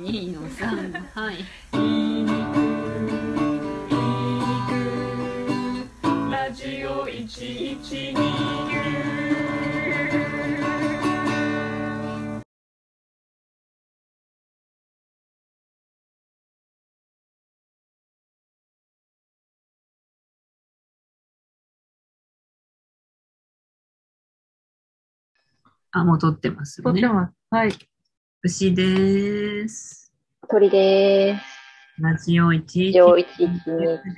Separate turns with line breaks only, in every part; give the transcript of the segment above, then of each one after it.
二の三はい。
ラジオ112
あもう撮ってます
撮っ
ね
て。ます。はい。
牛です。
鳥でーす。
ラジオ一
一応一日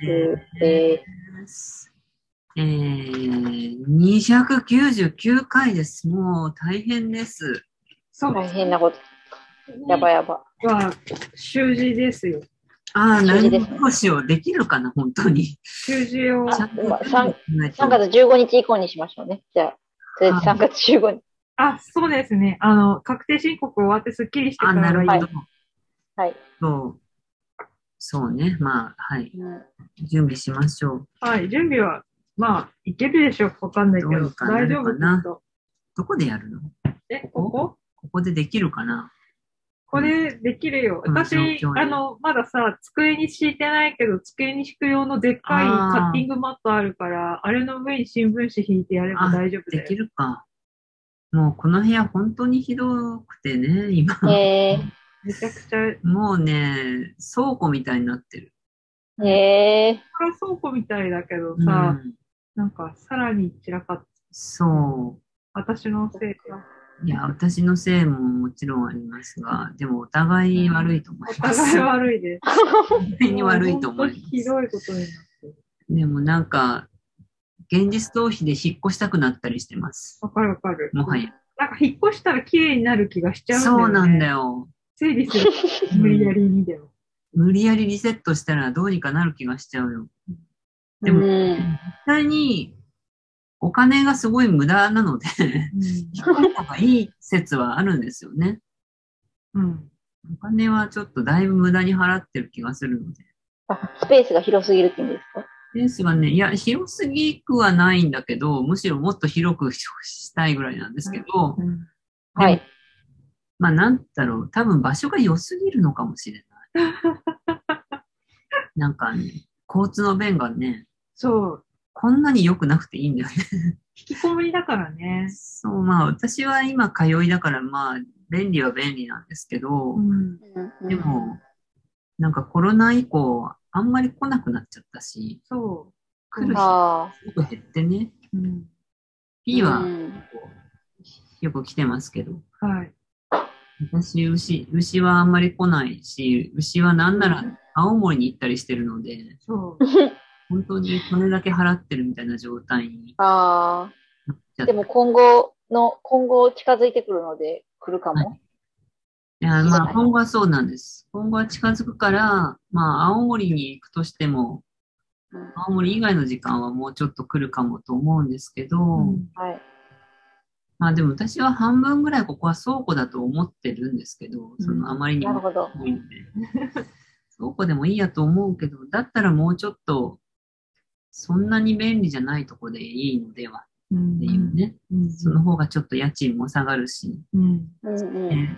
で
です。えー、二百九十九回です。もう大変です。
そう
大変なこと。やばいやば。
は、習字ですよ。
ああ、
大
何
変ですね
どうしようできるかな本当に。
習字を、
ちゃんと考えて
3月15日以降にしましょうね。じゃあ、とりあえず3月15日。
あ、そうですね。あの、確定申告終わってすっきりして
あ、
か
な
ら
る
がい
ほ
い。
ど。
はい。
そう。そうね。まあ、はい。準備しましょう。
はい。準備は、まあ、いけるでしょうかわかんないけ
ど
ど
うに、かな
大
る
丈
か
夫
な
ですと。
どこでやるの
え、ここ
ここでできるかな
これできるよ。
うん
私
状況、で
あの、まださ、机に敷いてないけど、机に敷く用のでっかい
あー
カッティングマットあるから、あれの上に新聞紙引いてやれば大丈夫だ
でき
よ。
るか。もうこの部屋本当にひどくてね、今。
え
めちゃくちゃ、
もうね、倉庫みたいになってる。
ー、え
これは倉庫みたいだけど
う
さ、
ん、
なんか、さらに散らかっ
そ
私のせいか。
う。いや、私のせいももちろんありますが、でもお互い悪いと思
お
います。
互い悪いです。
お互いに悪いと思い
本当にひ
ま
どいことになってる。
す。でもなんか、現実逃避で引っ越したくなったりしてます。
わかるわかる。
もはや。
なんか引っ越したら綺麗になる気がしちゃうんだよね。
そうなんだ。よ。
整理する。無理やりにでも。
無理やりリセットしたらどうにかなる気がしちゃうよ。
ー、
でも
うん
実際にお金がすごい無駄なの で、
う
なんかいい説はあるんですよね。
ん。うん。
お金はちょっとだいぶ無駄に払ってる気がするので。
あスペースが広すぎるって意味ですか
ベースがね、いや、広すぎくはないんだけど、むしろもっと広くしたいぐらいなんですけど、
うん
はい。
まあなんだろう、多分場所が良すぎるのかもしれない。 なんかね、交通の便がね、
そう。
こんなに良くなくていいんだよね
引きこもりだからね。
そう、まあ私は今通いだからまあ便利は便利なんですけど、
うん。
でも、なんかコロナ以降あんまり来なくなっちゃったし、
そ
来る人
あ
すごく減ってね、
う。うん。
P
う
は
ん
よく来てますけど、
はい。
私牛、牛はあんまり来ないし、牛はなんな
う
ら
ん
青森に行ったりしてるので、
そう。
本当にこれだけ払ってるみたいな状態に
あ
なっちゃっ
ーで
て。
も今後の、今後近づいてくるので来るかも。
いや、
そうだ
まあ
ね
今後はそうなんです。今後は近づくから、まあ青森に行くとしても、
うん
青森以外の時間はもうちょっと来るかもと思うんですけど、
うん
はい。
まあでも私は半分ぐらいここは倉庫だと思ってるんですけど、
ん
そのあまりに
なる
も
ほど。
多いんで。倉庫でもいいやと思うけど、だったらもうちょっと、そんなに便利じゃないとこでいいのでは
う
っていう。ね。
うん。
その方がちょっと家賃も下がるし、
うん。
うんうん。
ね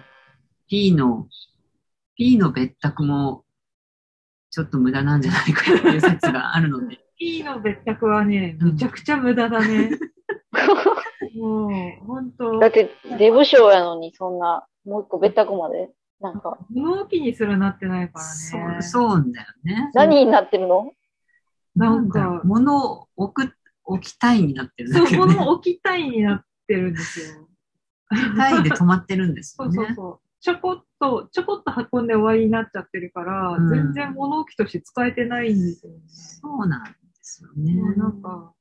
P の、P の別宅も、ちょっと無駄なんじゃないかっていう説があるので、
P の別宅はね、
うん
めちゃくちゃ無駄だ ね。もう、本当
だって、出不精やのにそんな、もう一個別宅までなんか、
物置にすらなってないから
そ
ね。
う、そうだよね。
何になってるの
なんか
だろう物を置く、置きたいになってるんだ
そう、
けど、ね、
物置きたいになってるんですよ。
置きたいで止まってるんです
そ
よ
う
ね。
そうそう。ちょこっと、ちょこっと運んで終わりになっちゃってるから、
うん
全然物置として使えてないんですよね。
そうなんですよね。
もうなんか、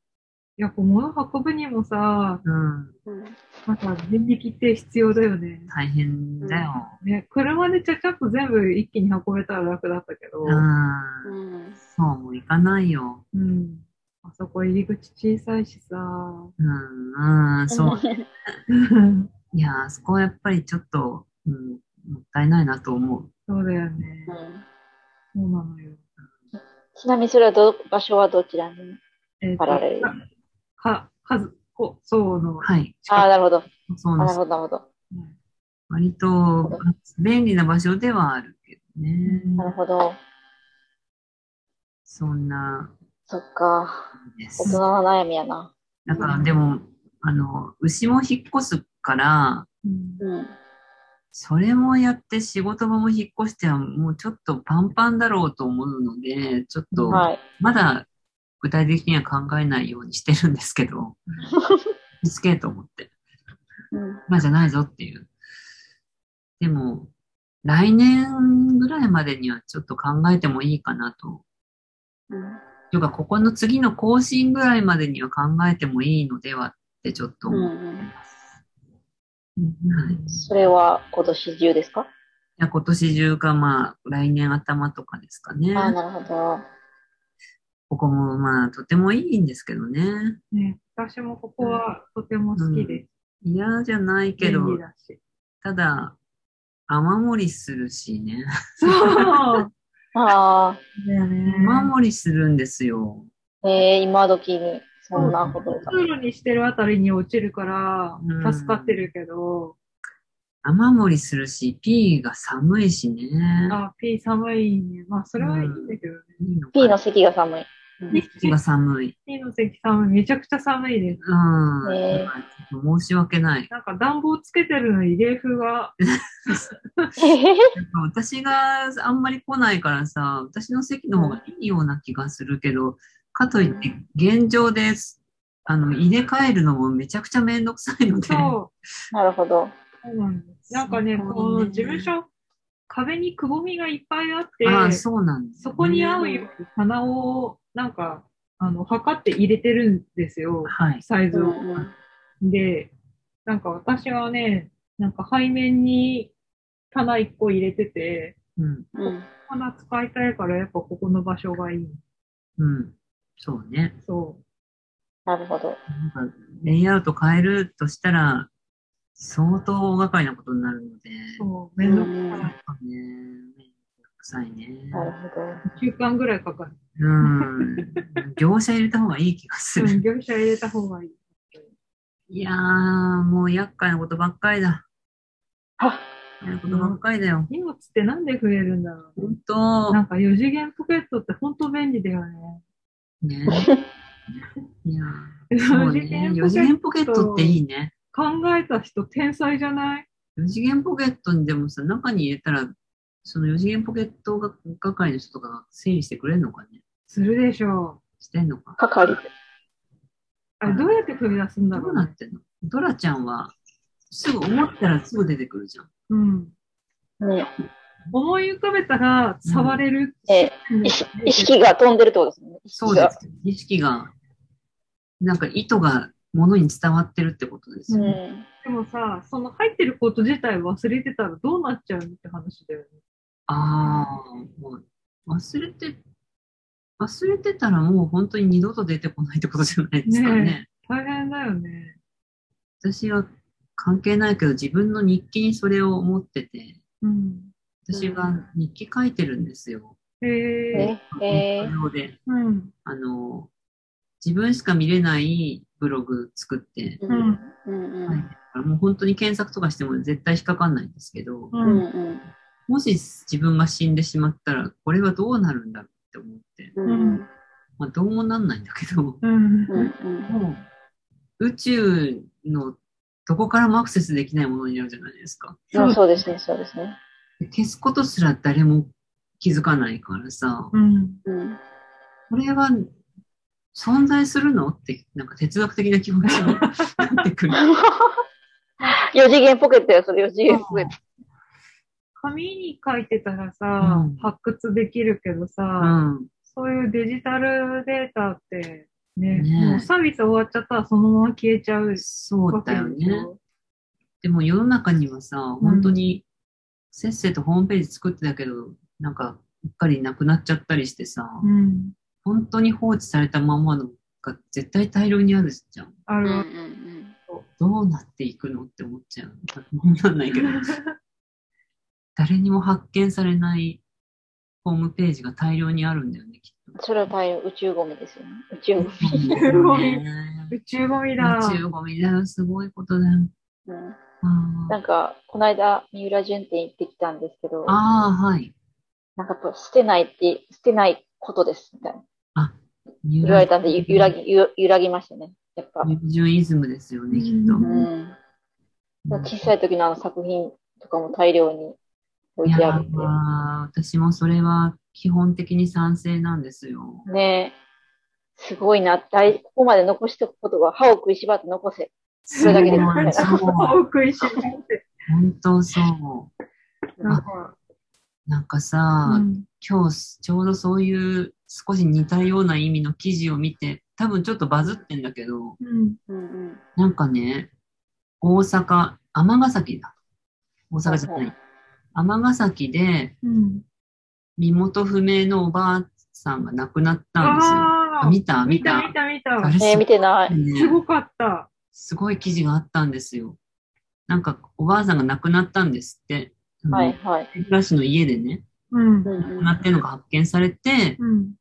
いやっぱ物運ぶにもさ、
うん、
うん
なんか人力って必要だよね。
大変だよ。
ね、車でちゃちゃっと全部一気に運べたら楽だったけど、
うん、
うん
そうもいかないよ。
うん。あそこ入り口小さいしさ、
うん、うん、そう。
そ
いや、あそこはやっぱりちょっと、うん、もったいないなと思う。
うだよね。
うん
そうなのよ。
ちなみにそれはど、場所はどちらに
えっ
パラレル
か、か、かず、こ、そうの、
はい。
ああ、なるほど。
そう
あ
なん
な
で
る
す
ほど、なるほど。
うん
割と便利な場所ではあるけどね。
なるほど。
そんな
そっか。
感じで
大
す
人。の悩みやな。
だからでも、あの、牛も引っ越すから、
うん
うん。
それもやって仕事場も引っ越してはもうちょっとパンパンだろうと思うので、ちょっと
はい。
まだ具体的には考えないようにしてるんですけ ど、見つけと思って。
うん。
今じゃないぞっていう。でも、来年ぐらいまでにはちょっと考えてもいいかなと。
うん
というか、ここの次の更新ぐらいまでには考えてもいいのではってちょっと
う
思う。
んうん。
はい
それは今年中ですか
いや今年中か、まあ、来年頭とかですかね。
ああ、なるほど。
ここも、まあ、とてもいいんですけどね。
ね、私もここはとても好きで、
嫌じゃないけ
便
ど
利、だ し。
ただ、雨漏りするしね。
そう
あ
だよね。
雨漏りするんですよ。
あ、ええ今時にそんなことが。
通路にしてるあたりに落ちるから
うん、
助かってるけど、
雨漏りするし、P が寒いしね。
あ、P 寒いね。まあ、それはいいんだけどね。
いいのか
P の席が寒い。
気が寒い。
P の席寒い。めちゃくちゃ寒いです。
うん。
ね
まあ申し訳ない。
なんか暖房つけてるのに冷 風が、
なんか私があんまり来ないからさ、私の席の方がいいような気がするけど、かといって現状です。あの、入れ替えるのもめちゃくちゃめんどくさいので。
そう、
なるほど。
そうなんです。なんかね、
そうね
この事務所、壁にくぼみがいっぱいあって、
ああ、そうなんです、
そこに合うように棚を、なんか、あの、測って入れてるんですよ、
はい。
サイ
う
ズを。
んうん
で、なんか私はね、なんか背面に棚1個入れてて、
うん。
うん。
棚使いたいからやっぱここの場所がいい。
うん。そうね。
そ
なるほど。
なんか、レイアウト変えるとしたら、相当大掛かりなことになるので、
う、そう、めんどく
うん
さい。
ね、めんどくさいね。
なるほど。
1週間ぐらいかかる。
うん。業者入れた方がいい気がす
う
る。
ん、業者入れた方がい い。
いやー、もう厄介なことばっかりだ。
は
厄介なことばっかりだよ。
荷物ってなんで増えるんだろう。
本当
なんか4次元ポケットってほんと便利だよね。
ね。いやー、そうね。
4
4次元ポケットっていいね。
考えた人天才じゃない
4次元ポケットにでもさ、中に入れたら、その4次元ポケットが係の人とかが整理してくれるのかね
するでしょう。
してんのか。
係。
あれどうやって踏み出すんだ
ど
ろ
う
う
な
ね
っ。てんのドラちゃんは、すぐ思ったらすぐ出てくるじゃん。
うん。
ね、
思い浮かべたら触れる。
え意識意識が飛んでるってことですね。意
そう
識
で
が。
す。意識が、なんか意図が物に伝わってるってことですよ
う
ね。
ん。
でもさ、その入ってること自体忘れてたらどうなっちゃうのって話だよね。
ああ、もう忘れて、忘れてたらもう本当に二度と出てこないってことじゃないですかね。
ね大変だよね。
私は関係ないけど自分の日記にそれを思ってて、
うん。
私が日記書いてるんですよ。
へえ。
ね、えー、
無料で。
うん。
あの、自分しか見れないブログ作って、
う。
うんん。
うん。う
はい
ん。
もう本当に検索とかしても絶対引っかかんないんですけど、
う
うんん。
もし自分が死んでしまったら、これはどうなるんだろうって思って、
うん。うん。
まあどうもなんないんだけど、も
うん。
うん。うん。
う宇宙のどこからもアクセスできないものになるじゃないですか。
うんそうですね、そうですね。
で消すことすら誰も気づかないからさ、
うん。
うん。
これは存在するのって、なんか哲学的な気持ちになってくる。
四次元ポケットや、それ四次元ポケット。
紙に書いてたらさ、
うん
発掘できるけどさ、
うん。
そういうデジタルデータってね、
ねえ
もうサービス終わっちゃったらそのまま消えちゃう
そう
わ
だ
け
よ
でし
ね。
ょ。
でも世の中にはさ、本当にせっせとホームページ作ってたけど、なんか、うっかりなくなっちゃったりしてさ、
うん。
本当に放置されたままのが絶対大量にあるじゃん。
あ
う
る
ん。うん。
どうなっていくのって思っちゃう。わかんない けど。誰にも発見されないホームページが大量にあるんだよね、きっと。
それは大変宇宙ゴミですよね。宇宙ゴミ。
ごい
ね
宇宙ゴミだ。
宇宙ゴミだよ、すごいことだよ。
うん。
あー
なんか、この間、三浦淳店行ってきたんですけど、
あー、はい。
なんかやっぱ捨てないって、捨てないことです、みたいな。
揺
言われたんで、ゆ揺らぎ、ゆ揺らぎましたね。やっぱ。
ユジュンイズムですよね、きっと。
う
うん。
うん
小さい時のあの作品とかも大量に置
い
い
や
てあるんで。
ー、私もそれは基本的に賛成なんですよ。
ねえ。すごいな。大ここまで残しておくことが歯を食いしばって残せ。それだけです
ごいそう。
を食いしばって。
本当そう。
なん
か、
なんかさ、
うん
今日ちょうどそういう少し似たような意味の記事を見て、多分ちょっとバズってんだけど、
うん。
うんうん。
なんかね、大阪、尼崎だ。大阪じゃない。尼崎で
うん。
身元不明のおばあさんが亡くなったんですよ。
あ
あ
あ。
見た見
見
た
た見た見た。
あれ
ねえ、見てない。
ね
すごかった。
すごい記事があったんですよ。なんか、おばあさんが亡くなったんですって。
はい
あの。
はい。
暮らしの家でね、
うん
亡
う。んう
くなっ
ん
てるのが発見されて、
うん。
うん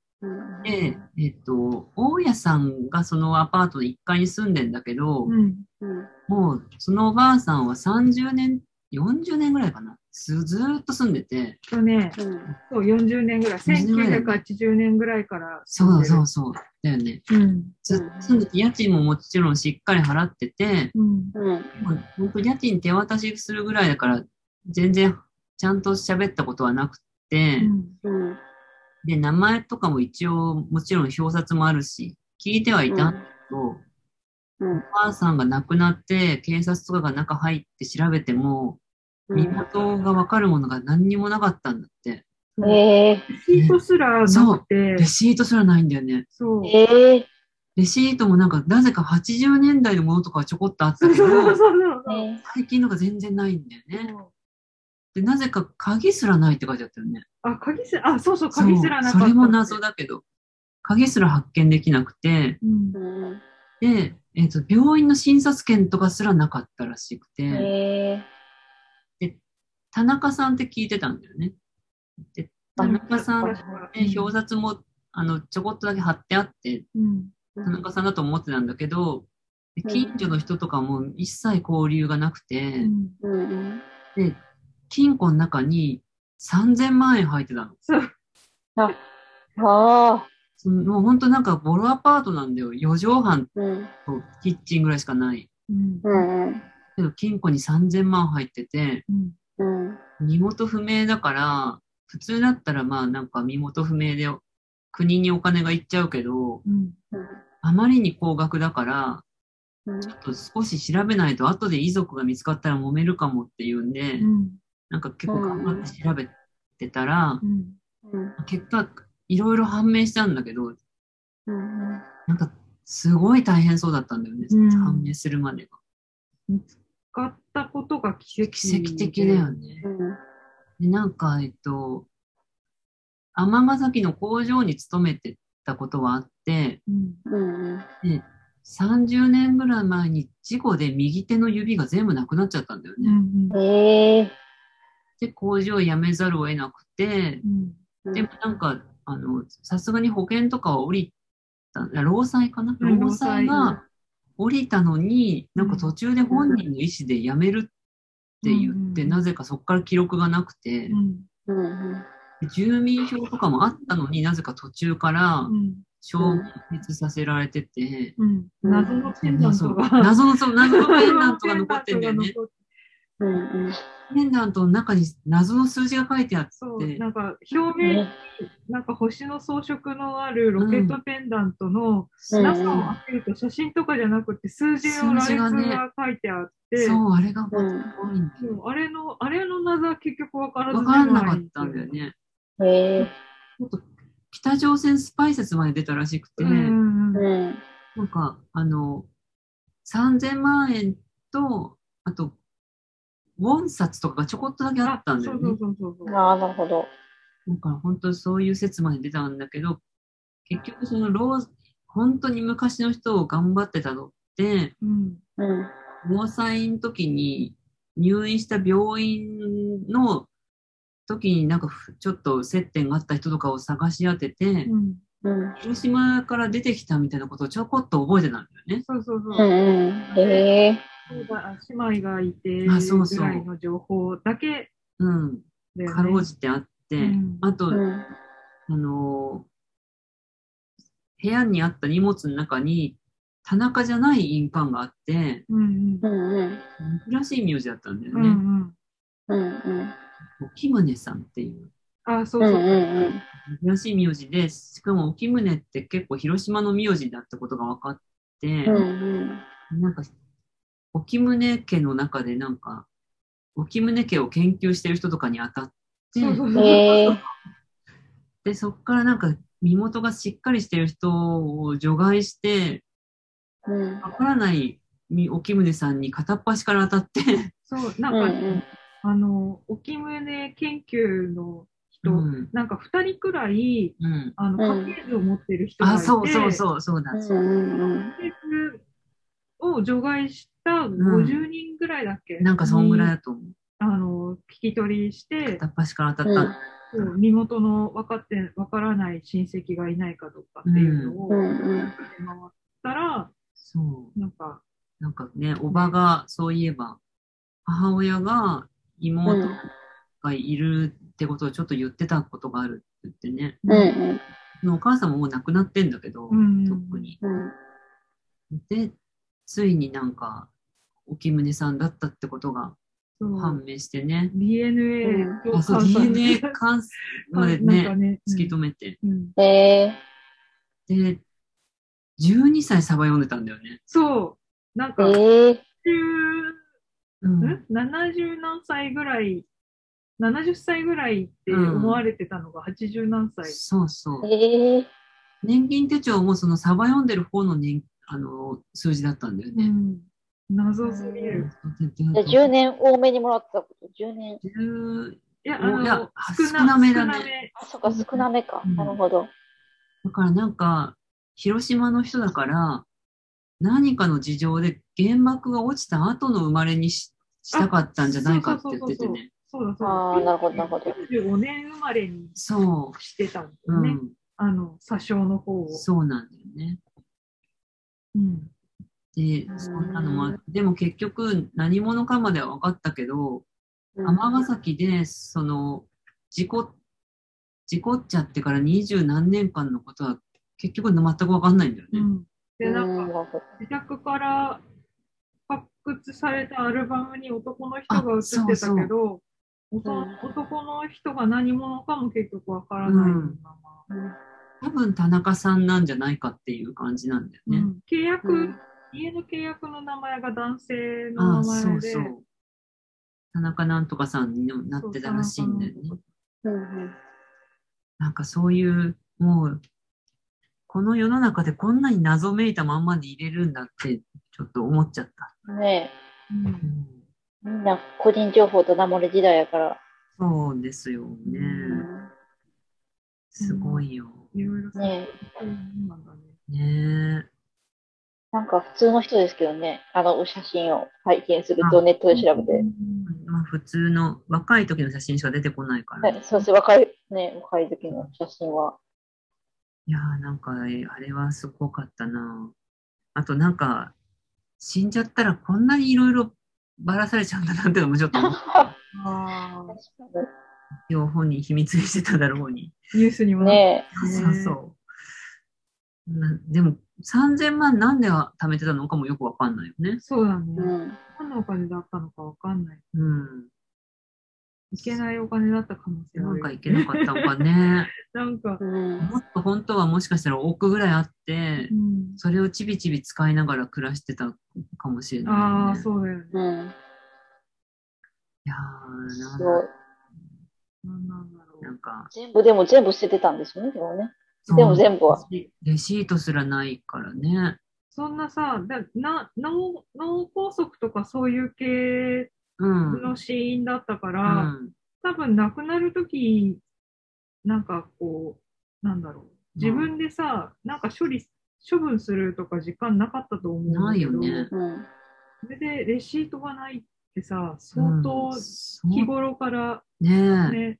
で、えっ、と、大家さんがそのアパートの1階に住んでんだけど、
うん。
うん
もう、そのおばあさんは30年、40年ぐらいかな。ずずーっと住んでて、
とね、
うん
そう、40年ぐらい。
40
1980年ぐらいから。。
そうそううそう、だよね。
うん。
ずっと住んでて、家賃ももちろんしっかり払ってて、
うん。
うん
もう本当家賃手渡しするぐらいだから、全然ちゃんと喋ったことはなくて、
うん。
うん
で、名前とかも一応、もちろん表札もあるし、聞いてはいたんだけど、
うん
お母さんが亡くなって、警察とかが中入って調べても、身元がわかるものが何にもなかったんだって。
うんえ
レシートすらなくて
レ、シートすらないんだよね。
そう
ー。え
レシートもなんか、なぜか80年代のものとかはちょこっとあっ
そ
た
う
けど、
そうそう
ーね
最近のが全然ないんだよね。
そ
で、
う。
なぜか鍵すらないって書いてあったよね。
あ、鍵すら、あ、そうそう、鍵すらなかっ
そ
た。
うそれも謎だけど、鍵すら発見できなくて、
うん
う。ん
で、えっと病院の診察券とかすらなかったらしくて、
え
田中さんって聞いてたんだよね。で田中さん、ね、
うん
表札もあのちょこっとだけ貼ってあって、
うん。
ー
田中さんだと思ってたんだけど、で
うん
近所の人とかも一切交流がなくて、
うん
うんうん
で金庫の中に3000万円入ってたの。
そう。
ああ
そのもう本当なんかボロアパートなんだよ。4畳半
うん
とキッチンぐらいしかない。
うん
う。ん
けど金庫に3000万入ってて、
うん。
うん
身元不明だから、普通だったらまあなんか身元不明で国にお金がいっちゃうけど、
うん。
あまりに高額だから、
うん
ちょっと少し調べないと後で遺族が見つかったら揉めるかもっていうんで、
うん。
なんか結構頑張って調べてたら
う、ん。
うん
結果いろいろ判明したんだけど、
うん
なんかすごい大変そうだったんだよね、
うん
判明するまでが。
買ったことが奇跡。
奇跡的だよね。
うん
で、なんか、えっと、尼崎の工場に勤めてたことはあって、
うん。
うん
で30年ぐらい前に事故で右手の指が全部なくなっちゃったんだよ
う
ね。
ん。
ええ
で、工場を辞めざるを得なくて、
うん。
うん
でもなんか、あの、さすがに保険とかは降りた、あ労災かな
うん
労災が降りたのに、なんか途中で本人の意思で辞めるって言って、
うん
なぜかそこから記録がなくて、
うん。
うんうん
住民票とかもあったのになぜか途中から
うん。
消滅させられてて、
うん。謎のペンダントが。
謎のそう謎のペンダン トが残ってんだよね。
うんうん
ペンダントの中に謎の数字が書いてあって、
そう、なんか表面、なんか星の装飾のあるロケットペンダントの
そう
うん
中を開けると写真とかじゃなくて数字
数
の羅
字
列
がね
が書いてあって、
そう、あれが
う
本
ん
当に多いんだよ。
もうあれの、あれの謎は結局わからず
わ
じ
か
まい
んなかったんだよ。ね。
ええ
もっと北朝鮮スパイ説まで出たらしくて、
うんうん
うん
なんか、あの、3000万円と、あと、ウォン札とかがちょこっとだけあったんだよね。
そうそうそうそう。
ああなるほど
なんか本当そういう説まで出たんだけど、結局その老、本当に昔の人を頑張ってたのって、
うん。
うん
防災の時に入院した病院の時になんかふちょっと接点があった人とかを探し当てて、
うん。
うん
広島から出てきたみたいなことをちょこっと覚えてたんだよね。
そうそう
う
そう。
んうんええ
そうだ、姉妹がいて、
あそう
ぐ
そう
らいの情報だけ
うん。
だよね。
かろうじてあって、
うん
あと、
うん。
あのー部屋にあった荷物の中に、田中じゃない印鑑があって、
うん
うんうん。
珍しい名字だったんだよ
うん。う
ね。
ん
うんうん。
沖宗さんっていう。
うん。あ、そう
う
そ
ん
う。
うん
珍しい名字で、しかも沖宗って結構広島の名字だってことが分かって、
うん。うん
なんか、沖宗家の中でなんか、沖宗家を研究してる人とかに当たって、
そうそう
うん。
そう。
へえ。
で、そっからなんか、身元がしっかりしてる人を除外して、
うん。
わからないみ沖宗さんに片っ端から当たって、
そう、
う
なんん
う
か、
ん。
あの、沖宗研究の人、
うん。
なんか二人くらい、
うん。
あの、
うん
家系図を持ってる人がい
あ、
て、
そうそうそう、そうだ。
うんうん
家系図を除外した50人ぐらいだっけ、
なんか、そんぐらい
に
だと思う。
あの、聞き取りして、
片っ端から当た
う
った
ん
の。
そう身元の分かって、分からない親戚がいないかどうかっていうのを、
う
回っ
んうん。
たら、
そう。
なんか、
なんかね、おばが、そういえば、母親が妹がいるってことをちょっと言ってたことがあるって言ってね。
うんうん
お母さんももう亡くなってんだけど、
うん
特に。
うん
で、ついになんか、沖宗さんだったってことが
そう
判明してね。
DNA と
あ、そう、
関西
DNA 関数まで
なん
ね、
かね、
突き止めて。
うんうん
へえ。
で、12歳サバ読んでたんだよね。
そう、なんか、
へえ。
10
うん。
ん70何歳ぐらい、70歳ぐらいって思われてたのが80何歳。
そうそう。
へえ。
年金手帳もそのサバ読んでる方の年、あの、数字だったんだよ
う
ね。
ん謎すぎる。
じゃあ10年多めにもらってたこと、10年。
10
いや、あ
お
の、
いや
少な
少なめだね
少なめ
あ、そっか、少なめか。
うん
なるほど。
だからなんか、広島の人だから、何かの事情で原爆が落ちた後の生まれにししたかったんじゃないかって言っててね。
そうだそうだ。
ああ、なるほど、なるほど。
95年生まれに
そ
してたんです
う。
よ
う
ね。
ん。
あの、詐称の方を。
そうなんだよね。
うん。
で、そうなのは、でも結局何者かまでは分かったけど、尼崎で、その、事故、事故っちゃってから二十何年間のことは結局全く分かんないんだよ
う
ね。
ん。で、な
うんん
か、
なるほど
自宅から発掘されたアルバムに男の人が写ってたけど、おと男の人が何者かも結局わからないまま、
多分田中さんなんじゃないかっていう感じなんだよ
う
ね。
ん契約、
うん
家の契約の名前が男性
あ
の
あ、
名
そ
前
う
で、
そう。田中なんとかさんになってたらしいんだよね
そう。
うん
なんかそういう、もう、この世の中でこんなに謎めいたまんまで入れるんだって、ちょっと思っちゃった。
うんね
うん
え、みんな個人情報と名乗る時代やから。
そうですよね。すごいよ。
いろいろそう
ねえ、
うんなんだね。
ねえ。
なんか普通の人ですけどね、あの、お写真を拝見するとネットで調べて。
うん
まあ普通の若い時の写真しか出てこないから。
はい、そうですね、若い、ね、若い時の写真は。
いやーなんか、えあれはすごかったな。あとなんか、死んじゃったらこんなにいろいろばらされちゃうんだなってのもちょっと思った。
あー
確か
両方に秘密にしてただろうに。
ニュースにも
に
なっ
ね
たね
そうそう。なでも、3000万なんで貯めてたのかもよくわかんないよね。
そうだね
え、。うん。
何のお金だったのかわかんない。
うん。
いけないお金だった可能性は
な
あ
ん
るよ
か
ね
いけなかったのかね。
なんか、
うん。
もっと本当はもしかしたら億ぐらいあって
う、ん、
それをちびちび使いながら暮らしてたかもしれない、ね。
ああ、そうだよね。
うん。
いや
す
ー
ごい
な。
なんなんだろ
なんか、
全部、でも全部捨ててたんですよね、でもね。
そう
でも全部は。
レシートすらないからね。
そんなさ、だな脳脳梗塞とかそういう系
うん。うん。
の死因だったから、多分亡くなるとき、なんかこう、なんだろう、自分でさ、なんか処理、処分するとか時間なかったと思うんだけど、
ないよね
うん。
それでレシートがないってさ、相
う
当
んそう
日頃から
ねえ。
ね、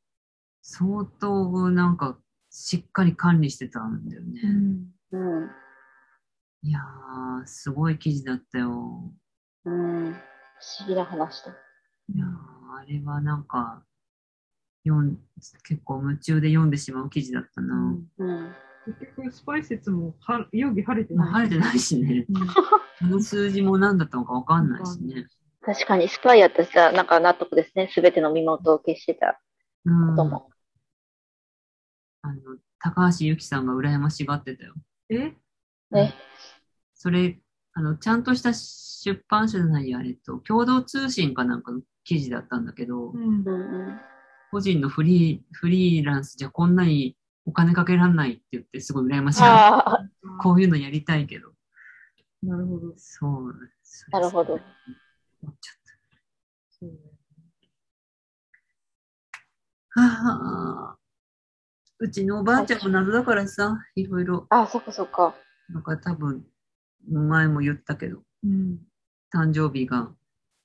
相当なんかしっかり管理してたんだよね。
うん
うん。
いやー、すごい記事だったよ。
うん。不思議な話だ。
いやーあれはなんか、読ん結構夢中で読んでしまう記事だった
う
な。
ん
うん。
結局、スパイ説もは容疑晴れて
まあ、
ない。
晴れてないしね。
うん
この数字も何だったのかわかんないしね。
確かにスパイやったしさ、なんか納得ですね。すべての身元を消してた
うん。
ことも。
あの、高橋由紀さんが羨ましがってたよ。
え
ね。
それ、あの、ちゃんとした出版社じゃないや、あれと、共同通信かなんかの記事だったんだけど、
うん
う。ん
個人のフリー、フリーランスじゃこんなにお金かけらんないって言って、すごい羨ましがって
ああ、
こういうのやりたいけど。
なるほど。
そう。そ
な
れ
るほど。
思っちゃっ
そうね
たはあうちのおばあちゃんも謎だからさ、いろいろ。
ああ、そっかそっか。
なんか多分、前も言ったけど、
うん。
誕生日が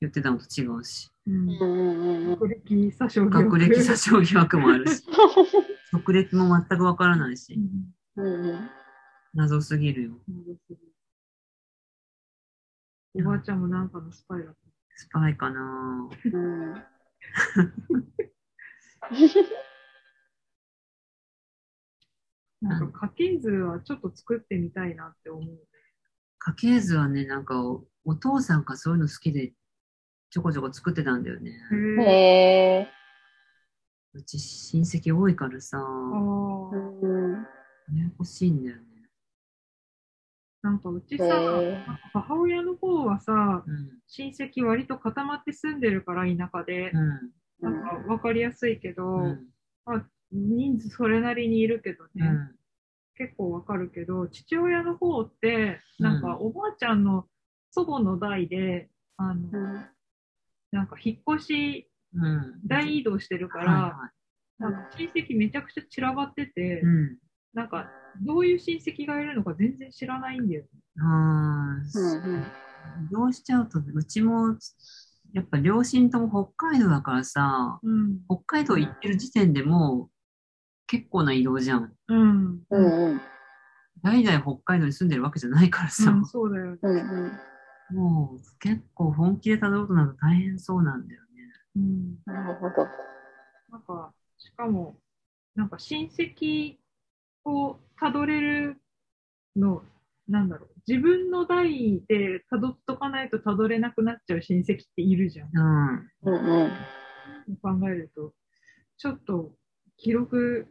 言ってたのと違うし、
うん
うんうんうんうん。
学歴詐 称
学歴詐
詐
称疑惑もあ るし、職歴も全くわからないし、
うんうん。
謎すぎるよ。
おばあちゃんもなんかのスパイだっ
スパイかな
うん
た。なんか家系図はちょっと作ってみたいなって思う。
家系図はね、なんかおお父さんがそういうの好きで、ちょこちょこ作ってたんだよね。
へえ。
へえ。
うち親戚多いからさ、
あ
こ
う
あ。
ん
れ欲しいんだよね。
なんかうち
へ
さ、
え。
母親の方はさ、
うん。
親戚割と固まって住んでるから田舎で、
うん。
う
なんかわかりやすいけど、
うん。
人数それなりにいるけどね、
うん
結構わかるけど、父親の方って、
うん
なんかおばあちゃんの祖母の代で、あの、
ん
なんか引っ越し、
うん。
大移動してるか
はい
ら、
は
なんか親戚めちゃくちゃ散らばってて、
い。うん。
なんかどういう親戚がいるのか全然知らないんだよね。
ああ、
うんうん
移動しちゃうと、うちも、やっぱ両親とも北海道だからさ、
うん。
北海道行ってる時点でもう結構な移動じゃん。
うん。
うんうん
代々北海道に住んでるわけじゃないからさ、
うんそうだよね。
うんうん
もう結構本気でたどるとなんか大変そうなんだよね。
うん。
なるほど。
なんか、しかも、なんか親戚をたどれるの、なんだろう、自分の代でたどっとかないとたどれなくなっちゃう親戚っているじゃん。
うん。
うんうん。
考えると、ちょっと記録、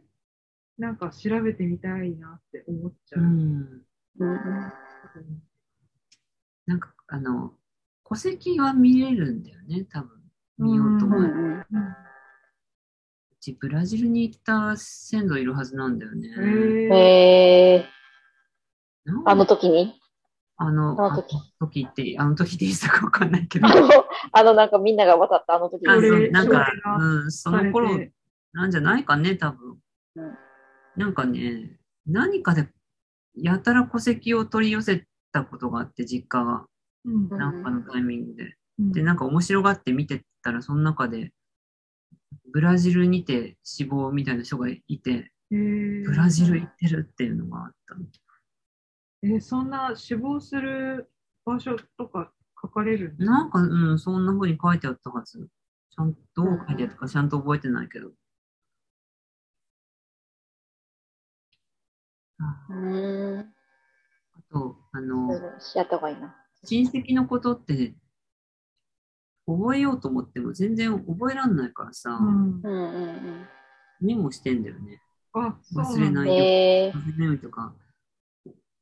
なんか調べてみたいなって思っちゃ
う
う。
ん。
うんうん
なんかあの、戸籍は見れるんだよね、多分。見ようと
う
思えば。うん
うん
ちブラジルに行った先祖いるはずなんだよね。
う
へ
ん。
ー
へえ。
なんで
あの時に
あの、
あの時
あの時って、あの時っていつだかわかんないけど。
あ
あの
の、あのなんかみんなが渡ったあの時に。
あそ
な
れ
んか
それが、
うん、その頃
されて
なんじゃないかね、多分
うん。
なんかね、何かで、やたら戸籍を取り寄せたことがあって、実家が。
うん
うん
なんかのタイミングで。
うん
で、なんか面白がって見てたら、その中で、ブラジルにて死亡みたいな人がいて、
へー
ブラジル行ってるっていうのがあった。
えーそんな死亡する場所とか書かれるんだ
なんか、うん、そんな風に書いてあったはず。ちゃんと、どう書いてあったかちゃんと覚えてないけど。あ
うん。
あと、あ
そうい
の
う、のやった方がいいな。
親戚のことって、覚えようと思っても全然覚えらんないからさ、
うん
う、んうん
メモしてんだよね。
あ、そう
忘れ
ん
な
だ
う
い
ん。
よ
へえ。
忘れないようにとか、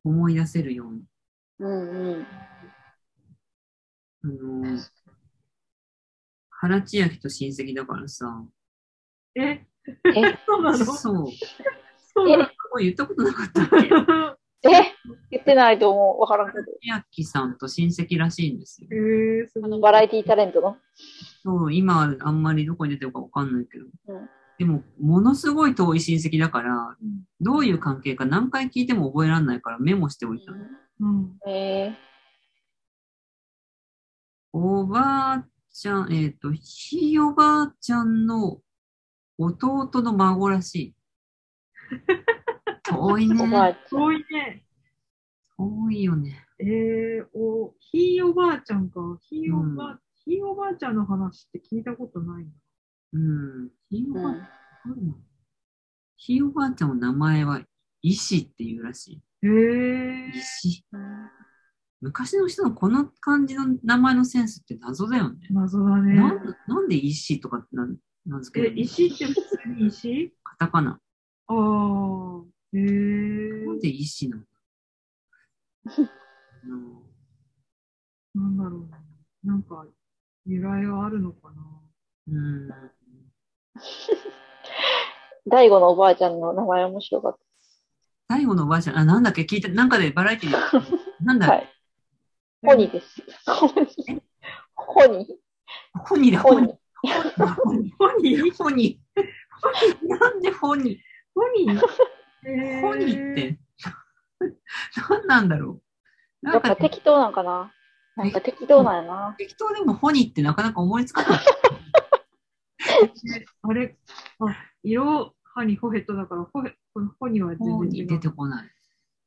思い出せるように。
うんうん。
あの、原千秋と親戚だからさ、
え、
え
そうなのそ
そう。
うなの
これ言ったことなかったっけ原
え言ってないと思う。わからんけど。
千秋さんと親戚らしいんですよ
え。ー、す
あ
ご
の、
い。
バラエティタレントの。
そう、今、あんまりどこに出てるかわかんないけど。
うん
でも、ものすごい遠い親戚だから、
うん
どういう関係か何回聞いても覚えられないからメモしておいたの。
うん。
へえ。
おばあちゃん、えっ、と、ひいおばあちゃんの弟の孫ら しい。遠い
おば
ね。
あちゃん。
遠いね。
遠いよね。
ええー、お、ひいおばあちゃんか。ひいおば、
う
ひいおばあちゃんの話って聞いたことないな。
うん。ひいおば
う
あ
ん
ちゃん、ひいおばあちゃんの名前は、石っていうらし
え
い。
ー、
石。昔の人のこの感じの名前のセンスって謎だよね。
謎だね。
なんなんで石とかってなんなんですけど、、
え石って普通に石
カタカナ。
ああ、えー、
なんで石 なのうん
なんだろうな。なんか、由来はあるのかな。
うん。
大悟のおばあちゃんの名前面白かっ
最後のおばあちゃん、あ、なんだっけ聞いて、なんかでバラエティで、 なん
た。
だ、
はい。ホニーです。ホニー。ホニ
ホニー
ー。
だ、
ホ
ホ
ニ
ニ
ー。
ー。ホニ
ホニー
ー。ホニー。なんでホニ
ホニー
ー
え
ホニーって、なんなんだろう。な
や
ん
っぱ
か
適当 なんかな。なんか適当なんやな。
適当でもホニーってなかなか思いつかない。
あれ、あ、色、歯にホヘットだから、ホヘ、このホニーは
ホ
全
ニ
然違
ー
う。
出てこない。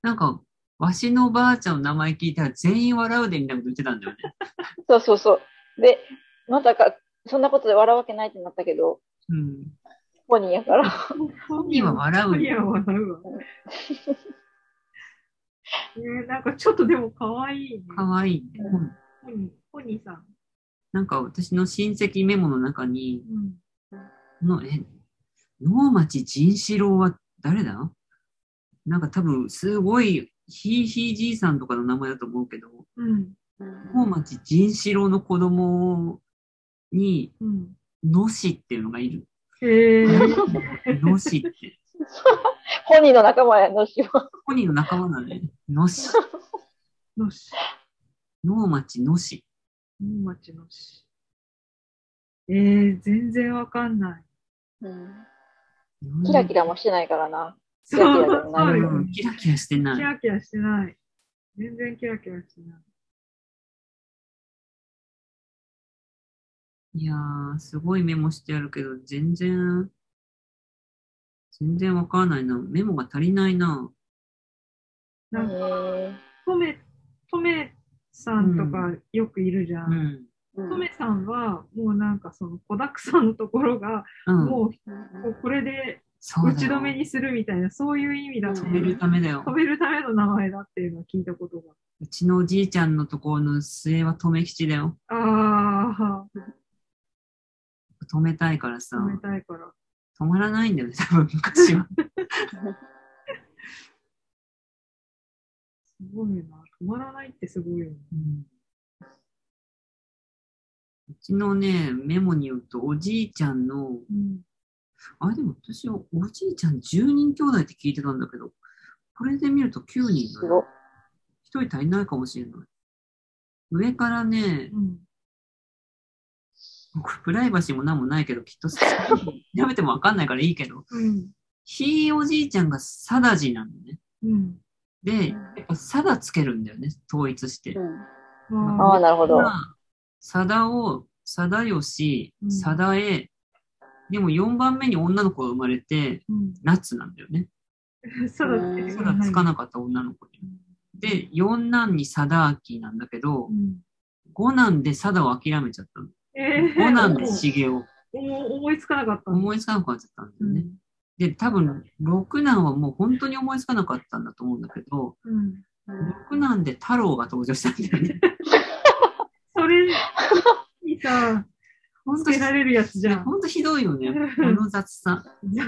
なんか、わしのばあちゃんの名前聞いたら全員笑うでみたいなこと言ってたんだよね。
そうそうそう。で、まさか、そんなことで笑うわけないってなったけど、
うん。
ホニーや から。
ホ
ホニーは笑
ホ
う
ニ
よ。
ーは笑うわ。えー、なんかちょっとでも可愛いね。
かわいいね。
うん
ホニー、ホニーさん。
なんか私の親戚メモの中に、
うん。
の、え、能町仁志郎は誰だなんか多分、すごい、ひいひいじいさんとかの名前だと思うけど、
うん。
能町仁志郎の子供に、
うん。
のしっていうのがいる。
えー、
のしって。
ホニーの仲間やのしは。
本人の仲間なんで、のし。
のし。
能町のし。
新町のし。えー、全然わかんない。
キラキラもしてないからな。
そ
キラキラで
う、
も
そ
な
う
い
よ
う
ね
ん。キラキラして
キ
ない。
ラキラしてない。全然キラキラしてない。
いやー、すごいメモしてあるけど、全然、全然わからないな。メモが足りないな。
へ
なんか、
ー
トメ、トメさんとかよくいるじゃ。
うんん。
うん
トメさんは、もうなんかその、子だくさんのところが、
うん。
もう、
うん
こうこれで
そう
打
だ
ち止
よ。
めにするみたいな、そういう意味だと
止めるためだよ
止。めるための名前だっていうのを聞いたことが。
うちのおじいちゃんのところの末は止め吉だよ。
あ
止めたいから
あ、
さ
止、めたいから。
止まらないんだよね、多分昔は。
すごいな。止まらないってすごいよね。
うんうちのね、メモによると、おじいちゃんの、
うん。
あ、でも私はおじいちゃん10人兄弟って聞いてたんだけど、これで見ると9人だ
すごい
よ。1人足りないかもしれない。上からね、
うん。
これプライバシーも何もないけど、きっと、調べてもわかんないからいいけど、
うん。
ひいおじいちゃんがサダジなのね。
うん。
で、やっぱサダつけるんだよね、統一して
う。んあ
あ
あ、なるほど。
まあ、サダを、サダヨシ
う、ん
サダエ、でも4番目に女の子が生まれて、
うん。
夏なんだよね。
さだつけて
サダつか
な
な
い。
かった女の子に。で、四男にサダアキなんだけど
う、ん。
五男でサダを諦めちゃったの。
ええ
五男でシゲを。
おお思いつかなかった。
思いつかなくなっちゃったんだ
う
よね。
ん。
で、多分、六男はもう本当に思いつかなかったんだと思うんだけど、
うん。
六男で太郎が登場したんだよ ね。
それにさ、
本
つ
当
け
に
られるやつじゃん。
本当ひどいよ ね。この雑さ。
雑。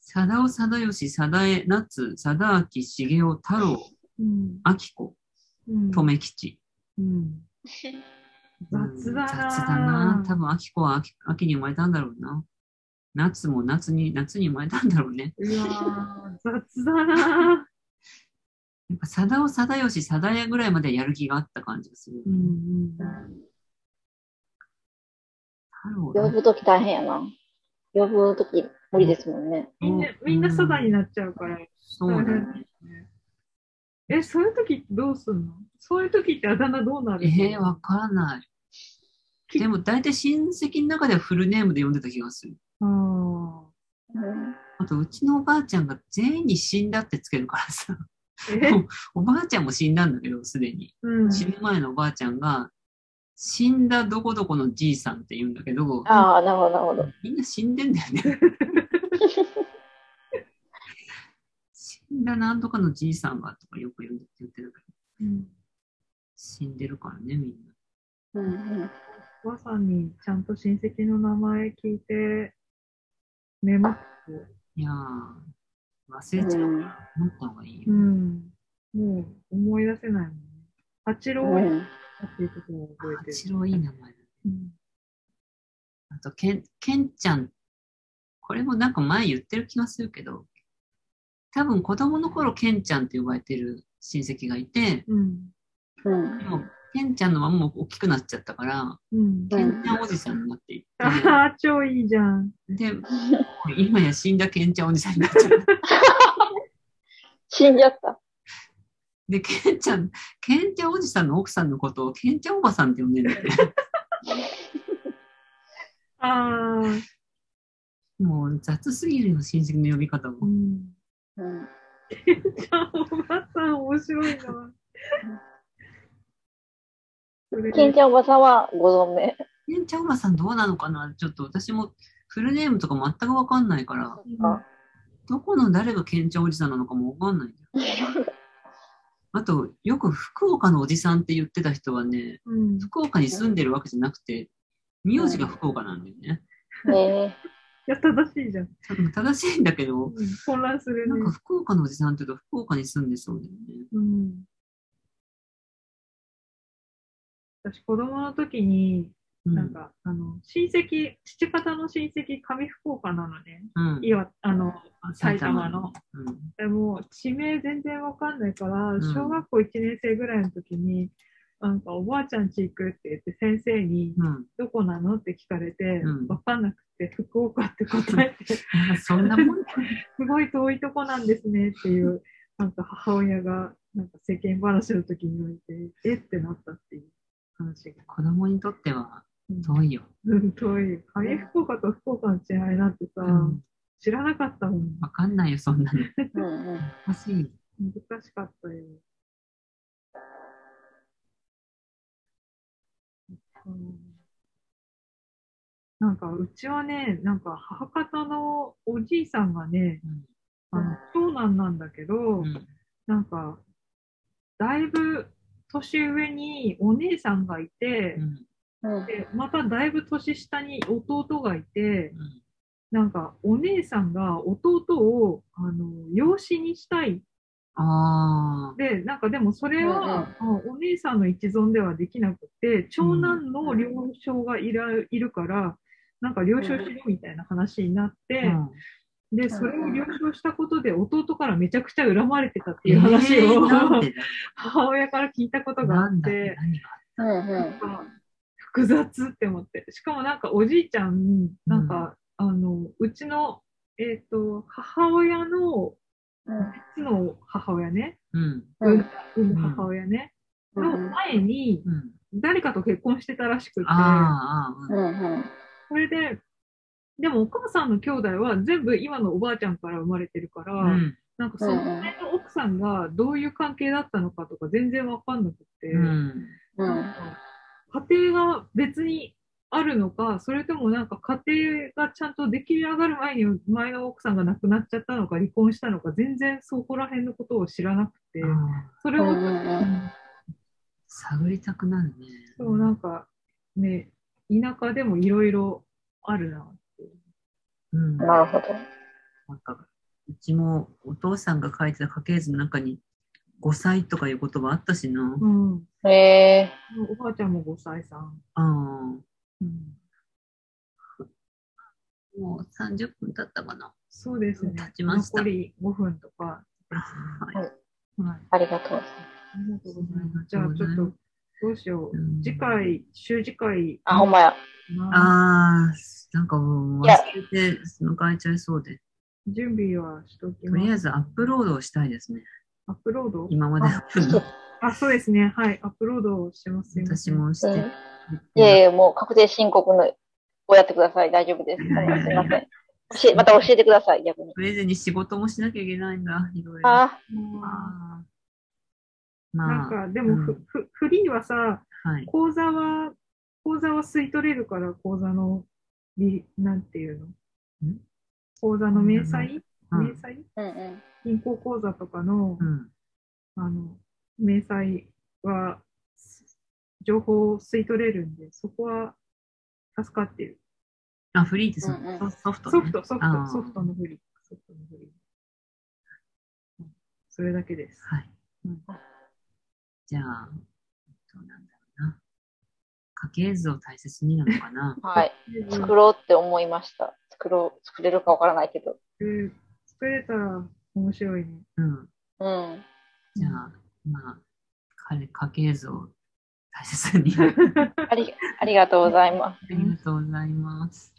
貞男、貞義、貞江、夏、貞明、茂雄、太郎、
うん。
明子、
うん。
留吉。
うん。雑だな
雑だな。多分明子は秋秋に生まれたんだろうな。夏も夏に、夏に生まれたんだろうね。
うわー雑だな
やっぱ貞男、貞義、貞江ぐらいまでやる気があった感じがする。
うん。
太郎
呼
だ。
ぶとき大変やな。呼ぶとき無理ですもんね。
みんな、みんなサダになっちゃうから。
そうだね。
え、そういう時ってどうすんのそういう時ってあだ名どうなる
ええー、わからない。でも大体親戚の中ではフルネームで呼んでた気がする。
ああ。
うん
あと、うちのおばあちゃんが全員に死んだってつけるからさ。
え
おばあちゃんも死んだんだけど、すでに。
うん。
死ぬ前のおばあちゃんが、死んだどこどこのじいさんって言うんだけど、
ああ、なるほど、なるほど。
みんな死んでんだよね。死んだなんとかのじいさんがとかよく言う言ってるけど、
うん
死んでるからね、みんな。
うんうん、
おばさんにちゃんと親戚の名前聞いて、メモって。
いやー、忘れちゃうから、持った方がいいうよ。
ん。もう思い出せないもんね。八郎だ
うん
っていうことを覚えてる。
八郎いい名前だ。
うん
あと、けん、けんちゃん。これもなんか前言ってる気がするけど、多分子供の頃、けんちゃんって呼ばれてる親戚がいて、
うん。
うん。
でも、けんちゃんのままもう大きくなっちゃったから、
うん。
けんちゃんおじさんになっていっ
ああ、超いいじゃん。
て、で、もう今や死んだけんちゃんおじさんになっちゃった。
死んじゃった。
で、けんちゃん、けんちゃんおじさんの奥さんのことを、けんちゃんおばさんって呼んでるんだよね。
ああ、
もう雑すぎるよ、親戚の呼び方
う
も。
ん。
うん、
じゃあ、おばさん面白いな。それ
ケンちゃんおばさんはご存命。
けんちゃんおばさんどうなのかなちょっと私もフルネームとか全くわかんないから。
あ
どこの誰がけんちゃんおじさんなのかもわかんないんだよ。あと、よく福岡のおじさんって言ってた人はね、
うん。
福岡に住んでるわけじゃなくて、名字が福岡なんだよね。
え
いや、正しいじゃん。
多分正しいんだけ
う
ど
ん、混乱する
なん
ね
か。福岡のおじさんって言うと福岡に住んでそうだよね。
うん。私、子供の時に、
うん。
なんか、あの、親戚、父方の親戚、上福岡なのね。
うん、
岩、あの、埼玉の。
うん。
でも、地名全然わかんないから、
ん
小学校1年生ぐらいの時に、なんか、おばあちゃんち行くって言って、先生に、
うん。
どこなのって聞かれて
うん、
わかんなくて、福岡って答えて、す
なんかそんなもん。
ごい遠いとこなんですねって いう、なんか母親が、なんか世間話の時に言われて、えってなったっていう話が。
子供にとっては
うん
遠 いよ。
うん、遠い。上福岡と福岡の違いなんてさ、
うん
知らなかったもん。
わかんないよ、そんなの。
ーうんうん、
おかしいよ。
難しかったよ。うんなんか、うちはね、なんか、母方のおじいさんがね、あの長男なんだけど、
うん。うん
なんか、だいぶ年上にお姉さんがいて、
うん
うん
でまただいぶ年下に弟がいて、
うん
なんか、お姉さんが弟を、あの、養子にしたい。
ああ。
で、なんかでもそれは、あお姉さんの一存ではできなくて、長男の了承がいら、いるから、なんか了承しろみたいな話になって、で、それを了承したことで弟からめちゃくちゃ恨まれてたっていう話
えー
を、
なんでだ
母親から聞いたことがあ
な
っ
んだってて、何が
うんうん
なんか複雑って思って。しかもなんかおじいちゃん、なんか、あの、うちの、えっ、と、母親の、
うん
実の母親ね、
うん。
うん
産む母親ね、
う
の
ん
前に
うん。
誰かと結婚してたらしくて、
ああ、ああ、
うん
それで、でもお母さんの兄弟は全部今のおばあちゃんから生まれてるから、
うん。うん
なんかその前の奥さんがどういう関係だったのかとか全然わかんなくて、
うん。
うん
家庭が別にあるのか、それともなんか家庭がちゃんと出来上がる前に前の奥さんが亡くなっちゃったのか離婚したのか全然そこら辺のことを知らなくて、
ああ
それ
う
を、
んうん
探りたくなるね。
そうなんかね、田舎でもいろいろあるな。
うん。
な
な
るほど。
んか、うちもお父さんが書いてた家系図の中に、5歳とかいう言葉あったしな。
うん。
え
おばあちゃんも5歳さん。
ああ。
うん、
もう30分経ったかな。
そうですね。
経ちました
残り5分とか。
はい
はい。
ー、ありがとうございます。
ありがとうございます。じ
あ
ゃ
り
あ
が
ち
とうございます
ょっと、どうしよう。
うん
次回、週次回
あ、ほんまや。
な、
ああ、なんかもう忘れて迎えちゃいそうで。
準備はしとき
とりあ
ま
え
す。
ずアップロードをしたいですね。
アップロード
今までアップロード
あ、そうですね。はい。アップロードをします。すいま
私
せん。
もし
う
て。
んいやいや、もう確定申告のをやってください。大丈夫です。あのすいません。教えまた教えてください、逆に。
とりあえずに仕事もしなきゃいけないんだ、いろいろ。
あー
もう
あー
な
ま
ん
あ、
か、でも
う
フ、ふフリーはさ、
はい。
講座は、講座は吸い取れるから、講座の、りなんていうの講座の明細
うん
明細
うんうん。
銀行口座とかの
う、ん。
あの、明細は、情報を吸い取れるんで、そこは助かってる。
あ、フリーってその
うんうん。
ソソフト、ね。
ソフト、ソフ
あー
ト、ソフトのフリー。ソフトのフリー。うんそれだけです。
はい。
うん
じゃあ、どうなんだろうな。家系図を大切になのか な
はい。
作
作ろうって思いました。作ろう、作れるかわからないけど。
る作れたら面白いね。
うん。
うん。
じゃあ、まあ、彼家系図を大切に。
あり、ありがとうございます。
ありがとうございます。